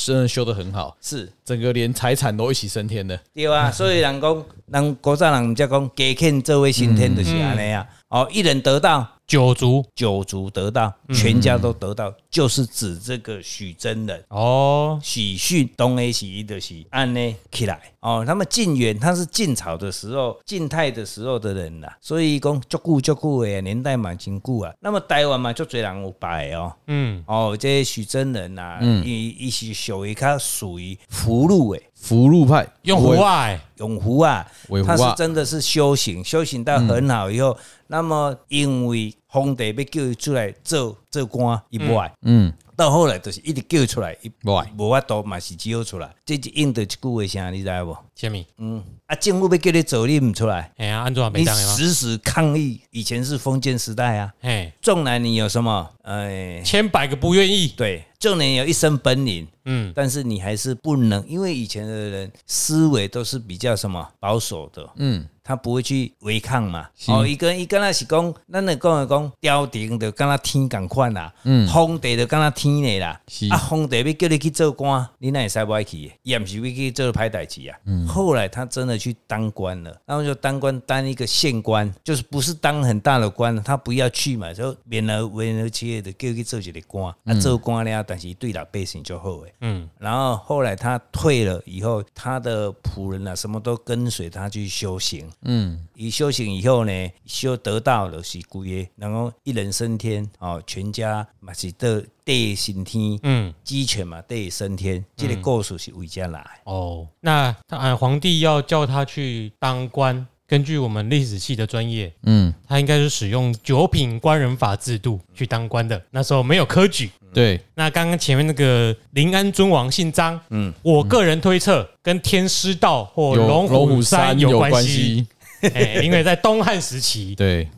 [SPEAKER 2] 真的修得很好，
[SPEAKER 3] 是。
[SPEAKER 2] 整个连财产都一起升天的。
[SPEAKER 3] 对啊，所以人讲，人古早人毋则讲，家庆这位升天就是安尼啊。哦，一人得道，
[SPEAKER 1] 九族
[SPEAKER 3] 九族得到，全家都得到，就是指这个许真人。
[SPEAKER 1] 哦，
[SPEAKER 3] 喜讯东 A 喜一的喜安呢起来哦，那么晋元他是晋朝的时候、晋代的时候的人啦、所以讲足久足久的年代嘛真久啊。那么台湾嘛足侪人有拜哦，
[SPEAKER 1] 嗯，
[SPEAKER 3] 哦这许真人呐、啊，伊伊、是属于较属于福禄诶，
[SPEAKER 2] 福禄派
[SPEAKER 1] 用啊户外
[SPEAKER 3] 永福啊
[SPEAKER 2] 永，福
[SPEAKER 3] 他
[SPEAKER 2] 啊嗯
[SPEAKER 3] 是真的是修行，修行到很好以后，那么因为皇帝要叫伊出来做做官，伊不爱，
[SPEAKER 2] 嗯，
[SPEAKER 3] 到后来就是一直叫出来，伊
[SPEAKER 2] 无爱
[SPEAKER 3] 无法度嘛是只好出来，这就应着一句话啥，你知无？
[SPEAKER 1] 虾米？
[SPEAKER 3] 嗯，啊，政府要叫你做，你毋出来，
[SPEAKER 1] 哎呀，安怎
[SPEAKER 3] 你
[SPEAKER 1] 没当
[SPEAKER 2] 啊
[SPEAKER 1] 的吗？
[SPEAKER 3] 死死抗议。以前是封建时代啊，
[SPEAKER 1] 哎，
[SPEAKER 3] 纵然你有什么，哎，
[SPEAKER 1] 千百个不愿意，
[SPEAKER 3] 对，纵然有一身本领，
[SPEAKER 1] 嗯，
[SPEAKER 3] 但是你还是不能，因为以前的人思维都是比较什么保守的，嗯，他不会去违抗嘛。哦，伊跟伊跟那是讲，咱来讲来讲，朝廷就跟他天共款啦，嗯，皇帝就跟他天的啦，
[SPEAKER 2] 是
[SPEAKER 3] 啊，皇帝要叫你去做官，你哪会使不爱去的？伊也毋是要去做歹代志啊。后来他真的去当官了，然后就当官当一个县官，就是不是当很大的官，他不要去嘛，就免了免了企业的叫他去做一个官，啊，做官了，但是对老百姓就好诶。
[SPEAKER 1] 嗯，
[SPEAKER 3] 然后后来他退了以后，他的仆人啊，什么都跟随他去修行。嗯，以修行以后呢，修得道了是古耶，然后一人升天哦，全家嘛是得得升天，
[SPEAKER 1] 嗯，
[SPEAKER 3] 鸡犬嘛得升天，这个故事是为这来的。
[SPEAKER 1] 哦，那他啊，皇帝要叫他去当官，根据我们历史系的专业，
[SPEAKER 2] 嗯，
[SPEAKER 1] 他应该是使用九品官人法制度去当官的。那时候没有科举。
[SPEAKER 2] 对，
[SPEAKER 1] 那刚刚前面那个临安尊王姓张，嗯
[SPEAKER 3] 嗯，
[SPEAKER 1] 我个人推测跟天师道或
[SPEAKER 2] 有
[SPEAKER 1] 哦龙虎山有
[SPEAKER 2] 有
[SPEAKER 1] 关系，
[SPEAKER 2] 系，
[SPEAKER 1] 哎，因为在东汉时期，
[SPEAKER 2] 对，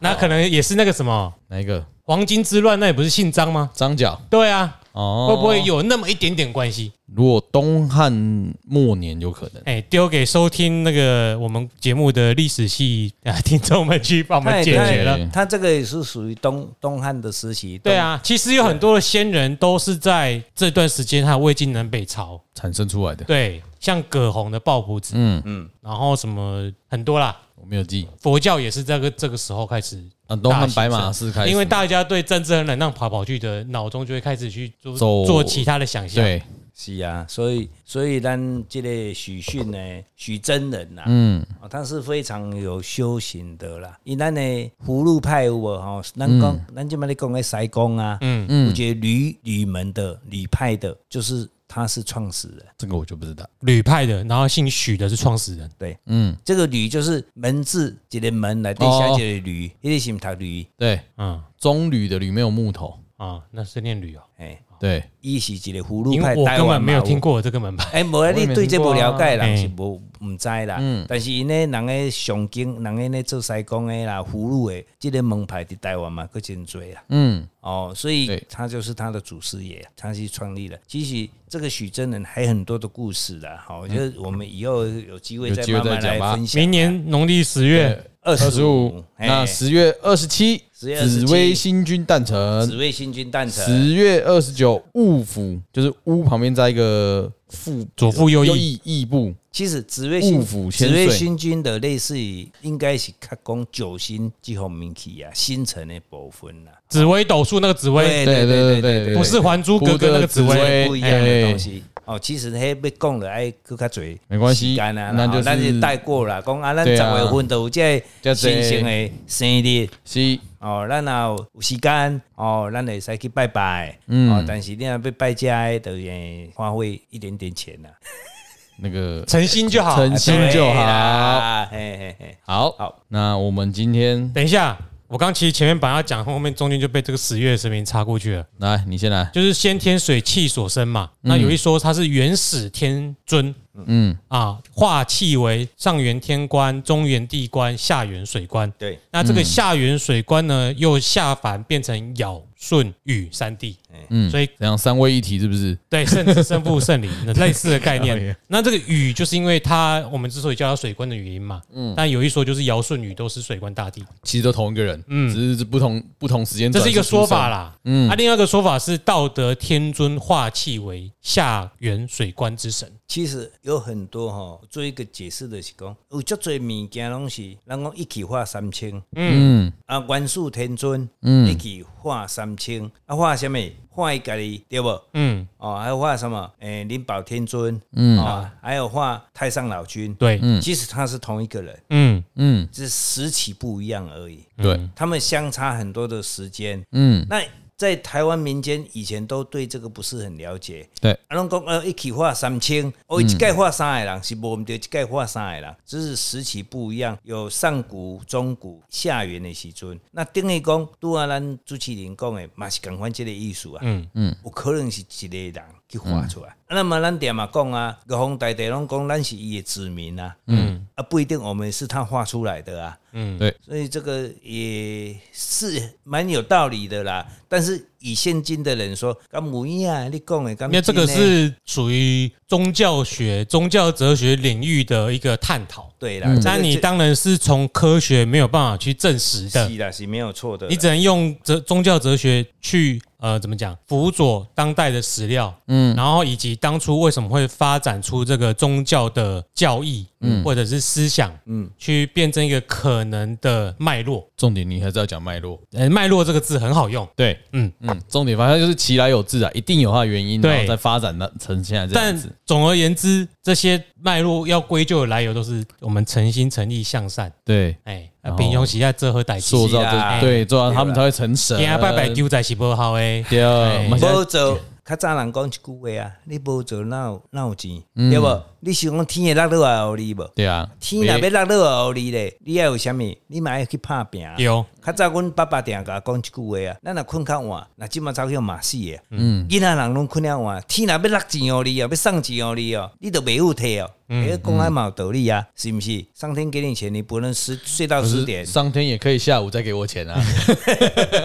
[SPEAKER 1] 那可能也是那个什么
[SPEAKER 2] 哪一个？
[SPEAKER 1] 黄巾之乱，那也不是姓张吗？
[SPEAKER 2] 张角
[SPEAKER 1] 对啊，
[SPEAKER 2] 哦，
[SPEAKER 1] 会不会？有那么一点点关系？
[SPEAKER 2] 如果东汉末年有可能，
[SPEAKER 1] 哎、丢给收听那个我们节目的历史系啊 听众们去帮我们解决了。
[SPEAKER 2] 对
[SPEAKER 3] 他这个也是属于东东汉的时期。
[SPEAKER 1] 对啊，其实有很多的先人都是在这段时间还有魏晋南北朝，
[SPEAKER 2] 产生出来的，
[SPEAKER 1] 对，像葛洪的抱朴子，
[SPEAKER 2] 嗯
[SPEAKER 1] 嗯，然后什么很多啦，
[SPEAKER 2] 我没有记
[SPEAKER 1] 佛教也是这个这个时候开始。
[SPEAKER 2] 啊。东
[SPEAKER 1] 大
[SPEAKER 2] 汉
[SPEAKER 1] 兴
[SPEAKER 2] 白马
[SPEAKER 1] 盛
[SPEAKER 2] 是开始，
[SPEAKER 1] 因为大家对政治很冷淡跑跑去的，脑中就会开始去做
[SPEAKER 2] 走
[SPEAKER 1] 做其他的想象。
[SPEAKER 2] 对，
[SPEAKER 3] 是啊，所以所以咱这个许逊呢，许真人呐、
[SPEAKER 2] 嗯，
[SPEAKER 3] 哦，他是非常有修行的啦。因咱的葫芦派有无吼？咱讲
[SPEAKER 1] 嗯
[SPEAKER 3] 咱即摆咧讲的西公啊，嗯嗯，有一个吕吕门的吕派的，就是他是创始人。
[SPEAKER 2] 这个我就不知道。
[SPEAKER 1] 吕派的，然后姓许的是创始人，
[SPEAKER 3] 对，
[SPEAKER 2] 嗯，
[SPEAKER 3] 这个吕就是门字，一个门来底
[SPEAKER 2] 哦
[SPEAKER 3] 下一个吕，迄个是毋读吕，
[SPEAKER 2] 对，
[SPEAKER 1] 嗯
[SPEAKER 2] 棕榈的榈没有木头，
[SPEAKER 1] 啊，那是念吕哦，
[SPEAKER 3] 哎，
[SPEAKER 2] 对，
[SPEAKER 3] 伊是一个葫芦
[SPEAKER 1] 因
[SPEAKER 3] 派。
[SPEAKER 1] 为我
[SPEAKER 3] 台
[SPEAKER 1] 根
[SPEAKER 3] 湾
[SPEAKER 1] 本
[SPEAKER 3] 嘛
[SPEAKER 1] 没有
[SPEAKER 3] 有
[SPEAKER 1] 听过这个门派。
[SPEAKER 3] 哎，无啊，
[SPEAKER 2] 我也
[SPEAKER 3] 你
[SPEAKER 2] 没
[SPEAKER 3] 对这
[SPEAKER 2] 听过嗯
[SPEAKER 3] 无了解啦，
[SPEAKER 1] 啊
[SPEAKER 3] 是无毋知啦。但是因咧，人咧上经，人咧咧做西公的啦、葫芦的，即、个门派伫台湾嘛，佫真多啦。
[SPEAKER 2] 嗯，
[SPEAKER 3] 哦，所以
[SPEAKER 2] 对
[SPEAKER 3] 他就是他的祖师爷，他去创立的。其实这个许真人还有很多的故事啦，好、我觉得我们以后有机会
[SPEAKER 2] 嗯有
[SPEAKER 3] 再
[SPEAKER 2] 机会
[SPEAKER 3] 慢慢
[SPEAKER 2] 再讲吧
[SPEAKER 3] 来分 享。啊
[SPEAKER 1] 明年农历十月，
[SPEAKER 3] 二十五
[SPEAKER 2] 25，那十月二十七，
[SPEAKER 3] 10月27
[SPEAKER 2] 紫薇星君诞
[SPEAKER 3] 紫
[SPEAKER 2] 辰；
[SPEAKER 3] 薇星君诞辰，
[SPEAKER 2] 十月二十九，戊府，就是戊旁边加一个父，
[SPEAKER 1] 左腹右
[SPEAKER 2] 右
[SPEAKER 1] 翼，
[SPEAKER 2] 翼翼部，
[SPEAKER 3] 其实紫薇星
[SPEAKER 2] 戊府
[SPEAKER 3] 紫
[SPEAKER 2] 千
[SPEAKER 3] 薇
[SPEAKER 2] 岁
[SPEAKER 3] 星君的类似于应该是较讲九星这方面去啊，星辰的部分啦。
[SPEAKER 1] 紫薇斗数那个紫薇，
[SPEAKER 3] 对对对对对，
[SPEAKER 1] 不是《还珠格格》那个紫
[SPEAKER 2] 不是紫哎
[SPEAKER 1] 薇
[SPEAKER 2] 薇。
[SPEAKER 3] 不一样的东西。哦，其实迄要讲了，哎，更较侪，
[SPEAKER 2] 没关系
[SPEAKER 3] 干啊，
[SPEAKER 2] 那就是
[SPEAKER 3] 咱就带过了。讲啊，咱十
[SPEAKER 2] 对啊
[SPEAKER 3] 月份都有这
[SPEAKER 2] 这
[SPEAKER 3] 新生的生日。
[SPEAKER 2] 是
[SPEAKER 3] 哦，咱也有有时间哦，咱会使去拜拜。哦，但是你若要拜家的，就是花费一点点钱呐。
[SPEAKER 2] 那个
[SPEAKER 1] 诚心就好。
[SPEAKER 2] 诚心
[SPEAKER 3] 对
[SPEAKER 2] 就好。
[SPEAKER 3] 啦嘿嘿嘿，
[SPEAKER 2] 好，
[SPEAKER 3] 好，
[SPEAKER 2] 那我们今天
[SPEAKER 1] 等一下，我刚其实前面本来要讲，后面中间就被这个十月的神明插过去了。
[SPEAKER 2] 来，你先来，
[SPEAKER 1] 就是先天水气所生嘛，那有一说它是元始天尊
[SPEAKER 2] 嗯，
[SPEAKER 1] 啊，化气为上元天官、中元地官、下元水官。
[SPEAKER 3] 对，
[SPEAKER 1] 那
[SPEAKER 2] 嗯
[SPEAKER 1] 这个下元水官呢，又下凡变成尧、舜、禹三帝，嗯，
[SPEAKER 2] 嗯
[SPEAKER 1] 所以
[SPEAKER 2] 这样三位一体是不是？
[SPEAKER 1] 对，圣子、圣父、圣灵，那类似的概
[SPEAKER 2] 哎
[SPEAKER 1] 念。那这个禹就是因为它，我们之所以叫它水官的原因嘛。嗯，但有一说就是尧、舜、禹都是水官大帝，
[SPEAKER 2] 其实都同一个人，嗯，只是不同不同时间
[SPEAKER 1] 这
[SPEAKER 2] 段
[SPEAKER 1] 是一个
[SPEAKER 2] 出生
[SPEAKER 1] 说法。啦。嗯，啊，另外一个说法是道德天尊化气为下元水官之神，
[SPEAKER 3] 其实有很多哈，做一个解释就是讲，有足多物件拢是，咱讲一句话三清，
[SPEAKER 2] 嗯，
[SPEAKER 3] 啊，元始天尊，一句话三清，啊，画什么？画伊家己对不？
[SPEAKER 1] 嗯，
[SPEAKER 3] 哦，还有画什么？诶、灵宝天尊，嗯，啊、还有画太上老君，
[SPEAKER 1] 对，
[SPEAKER 3] 其实他是同一个人，
[SPEAKER 1] 嗯
[SPEAKER 2] 嗯，
[SPEAKER 3] 只是时期不一样而已。
[SPEAKER 2] 对，
[SPEAKER 3] 他们相差很多的时间。
[SPEAKER 2] 嗯，
[SPEAKER 3] 那在台湾民间以前都对这个不是很了解，
[SPEAKER 2] 对，
[SPEAKER 3] 啊，拢讲呃一起画三千，哦，一
[SPEAKER 1] 嗯
[SPEAKER 3] 届画三个人是无毋对，一届画三个人，只是时期不一样，有上古、中古、下元的时阵。那等于讲，拄啊咱主持人讲的嘛是共款即个意思啊。
[SPEAKER 1] 嗯
[SPEAKER 3] 嗯，有可能是一个人去画出来。啊，那么咱点嘛讲啊，各方大地拢讲咱是伊的子民啊。嗯，啊不一定我们是他画出来的啊。
[SPEAKER 1] 嗯
[SPEAKER 3] 所以这个也是蛮有道理的啦。但是以现今的人说，干母一啊，你讲的干，啊
[SPEAKER 1] 因为这个是属于宗教学、宗教哲学领域的一个探讨。
[SPEAKER 3] 对
[SPEAKER 2] 嗯
[SPEAKER 3] 啦。这
[SPEAKER 1] 那
[SPEAKER 3] 个
[SPEAKER 1] 你当然是从科学没有办法去证实
[SPEAKER 3] 这
[SPEAKER 1] 的
[SPEAKER 3] 是，啦，是没有错的啦。
[SPEAKER 1] 你只能用哲宗教哲学去呃怎么讲辅佐当代的史料，嗯，然后以及当初为什么会发展出这个宗教的教义，嗯，或者是思想，嗯，去辩证一个可能的脉络。
[SPEAKER 2] 重点你还是要讲脉络。
[SPEAKER 1] 呃，脉络这个字很好用，
[SPEAKER 2] 对，
[SPEAKER 1] 嗯
[SPEAKER 2] 嗯，重点反正就是其来有自啊，一定有它的原因，
[SPEAKER 1] 对
[SPEAKER 2] 然后再发展的成现在这样
[SPEAKER 1] 但
[SPEAKER 2] 子。
[SPEAKER 1] 总而言之，这些脉络要归咎的来由都是我们诚心诚意向善，
[SPEAKER 2] 对，
[SPEAKER 1] 哎，
[SPEAKER 2] 然后
[SPEAKER 1] 平庸时下这和歹
[SPEAKER 2] 哦塑
[SPEAKER 1] 气，
[SPEAKER 2] 造
[SPEAKER 3] 是啊
[SPEAKER 2] 这对，做到他们才会成神。啊
[SPEAKER 1] 给他拜拜丢在是不好哎，
[SPEAKER 2] 对，我们现在
[SPEAKER 3] 无做，较早人讲一句话啊，你无做哪有哪有钱，
[SPEAKER 2] 嗯
[SPEAKER 3] 对无？你想讲天会落落来互你无？
[SPEAKER 2] 对啊，
[SPEAKER 3] 天若要落落来互你咧，你要有啥物？你嘛要去拍拼啊。
[SPEAKER 1] 丢，
[SPEAKER 3] 较早阮爸爸定甲我讲一句话啊，咱若困较晚，若即马走去骂死的。嗯，囡仔人拢困了晚，天若要落钱互你哦，要送钱互你哦，你都袂有摕哦。
[SPEAKER 1] 嗯
[SPEAKER 3] 哎，讲
[SPEAKER 2] 嗯
[SPEAKER 3] 来嘛有道理啊，是毋是？上天给你钱，你不能十睡到
[SPEAKER 2] 可
[SPEAKER 3] 十
[SPEAKER 2] 是
[SPEAKER 3] 点。
[SPEAKER 2] 上天也可以下午再给我钱啊。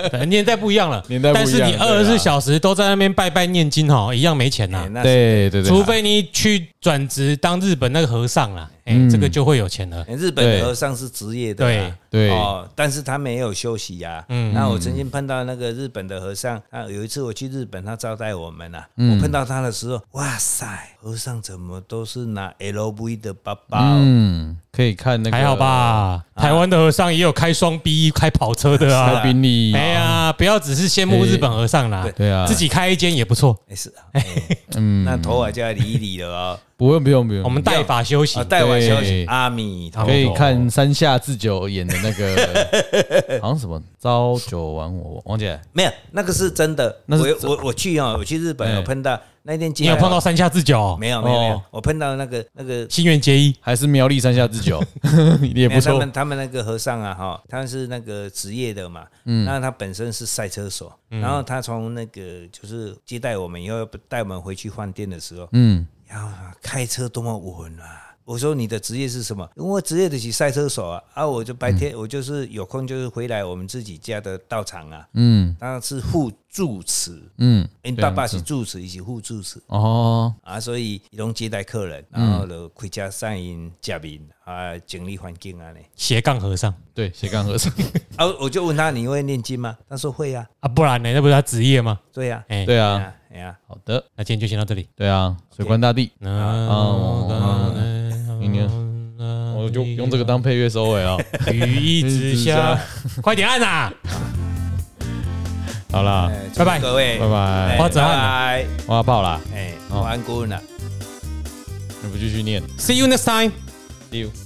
[SPEAKER 1] 对年代不一样了，
[SPEAKER 2] 年代不一
[SPEAKER 1] 但
[SPEAKER 2] 样
[SPEAKER 1] 是你
[SPEAKER 2] 对啊
[SPEAKER 1] 二十四小时都在那边拜拜念经哦，一样没钱呐，
[SPEAKER 3] 哎 那是
[SPEAKER 2] 对嗯对对，啊
[SPEAKER 1] 除非你去转职当日本那个和尚啦，哎，
[SPEAKER 2] 嗯
[SPEAKER 1] 这个就会有钱了，
[SPEAKER 3] 哎日本和尚是职业的啊，
[SPEAKER 2] 对对
[SPEAKER 3] 哦，但是他没有休息呀、嗯，那我曾经碰到那个日本的和尚，啊，有一次我去日本，他招待我们啊，我碰到他的时候，哇塞，和尚怎么都是拿 LV 的包包？
[SPEAKER 2] 嗯，可以看那个
[SPEAKER 1] 还好？吧？
[SPEAKER 2] 啊
[SPEAKER 1] 台湾的和尚也有开双 B 开跑车的
[SPEAKER 2] 还
[SPEAKER 1] 啊
[SPEAKER 2] 有。宾利，
[SPEAKER 1] 哎呀，不要只是羡慕日本和尚啦，
[SPEAKER 2] 对啊
[SPEAKER 1] 自己开一间也不错。
[SPEAKER 3] 没事，嗯，那头发就要理一理了哦。
[SPEAKER 2] 不用不用不用，
[SPEAKER 1] 我们带法修行
[SPEAKER 3] 啊，，带完休息
[SPEAKER 2] 对，
[SPEAKER 3] 阿弥陀
[SPEAKER 2] 可以
[SPEAKER 3] 佛。
[SPEAKER 2] 看山下智久演的那个， 好像什么朝九晚五，王姐
[SPEAKER 3] 没有，那个是真的。
[SPEAKER 2] 那是
[SPEAKER 3] 我我我去哦，我去日本，
[SPEAKER 2] 哎
[SPEAKER 3] 我碰到那天
[SPEAKER 1] 你有碰到山下智久哦？
[SPEAKER 3] 没有没有没有
[SPEAKER 2] 哦，
[SPEAKER 3] 我碰到那个那个
[SPEAKER 1] 新垣结衣，
[SPEAKER 2] 还是苗栗山下智 久， 也不
[SPEAKER 3] 没哎有他
[SPEAKER 2] 错
[SPEAKER 3] 们。他们那个和尚啊，哈，他们是那个职业的嘛，
[SPEAKER 2] 嗯
[SPEAKER 3] 那他本身是赛车手，然后他从那个就是接待我们以后，带我们回去饭店的时候，
[SPEAKER 2] 嗯，
[SPEAKER 3] 然后开车多么稳啊！我说你的职业是什么？因为我职业的是赛车手啊，啊，我就白天、
[SPEAKER 2] 嗯
[SPEAKER 3] 我就是有空就是回来我们自己家的道场啊，
[SPEAKER 2] 嗯
[SPEAKER 3] 当然是副住持，
[SPEAKER 2] 嗯，
[SPEAKER 3] 因为
[SPEAKER 2] 对
[SPEAKER 3] 爸爸是住持，一起副住持。
[SPEAKER 2] 哦，
[SPEAKER 3] 啊，所以伊拢接待客人，
[SPEAKER 2] 嗯
[SPEAKER 3] 然后就开车送因食面啊，整理环境啊呢。
[SPEAKER 1] 斜杠和尚
[SPEAKER 2] 对，斜杠和尚，
[SPEAKER 3] 啊，我就问他你会念经吗？他说会呀、
[SPEAKER 1] 啊，不然呢？那不是他职业吗？
[SPEAKER 3] 对呀、
[SPEAKER 1] 哎，
[SPEAKER 2] 对
[SPEAKER 3] 哎
[SPEAKER 2] 啊，
[SPEAKER 3] 呀，哎呀，
[SPEAKER 2] 好的，
[SPEAKER 1] 那今天就先到这里。
[SPEAKER 2] 对啊，水官大帝，
[SPEAKER 1] 嗯，
[SPEAKER 2] 明年我就用这个当配乐收尾啊。
[SPEAKER 1] 雨一直下，快点按啊呐！
[SPEAKER 2] 好啦，
[SPEAKER 3] 哎
[SPEAKER 1] 拜拜
[SPEAKER 3] 祝各位，
[SPEAKER 2] 拜拜
[SPEAKER 3] 哎
[SPEAKER 1] 花泽汉啊
[SPEAKER 3] 拜拜，
[SPEAKER 2] 挖炮啦，
[SPEAKER 3] 哎，
[SPEAKER 2] 哦
[SPEAKER 3] 晚安，顾问啊。
[SPEAKER 2] 你不继续念
[SPEAKER 1] See you next time.
[SPEAKER 2] See you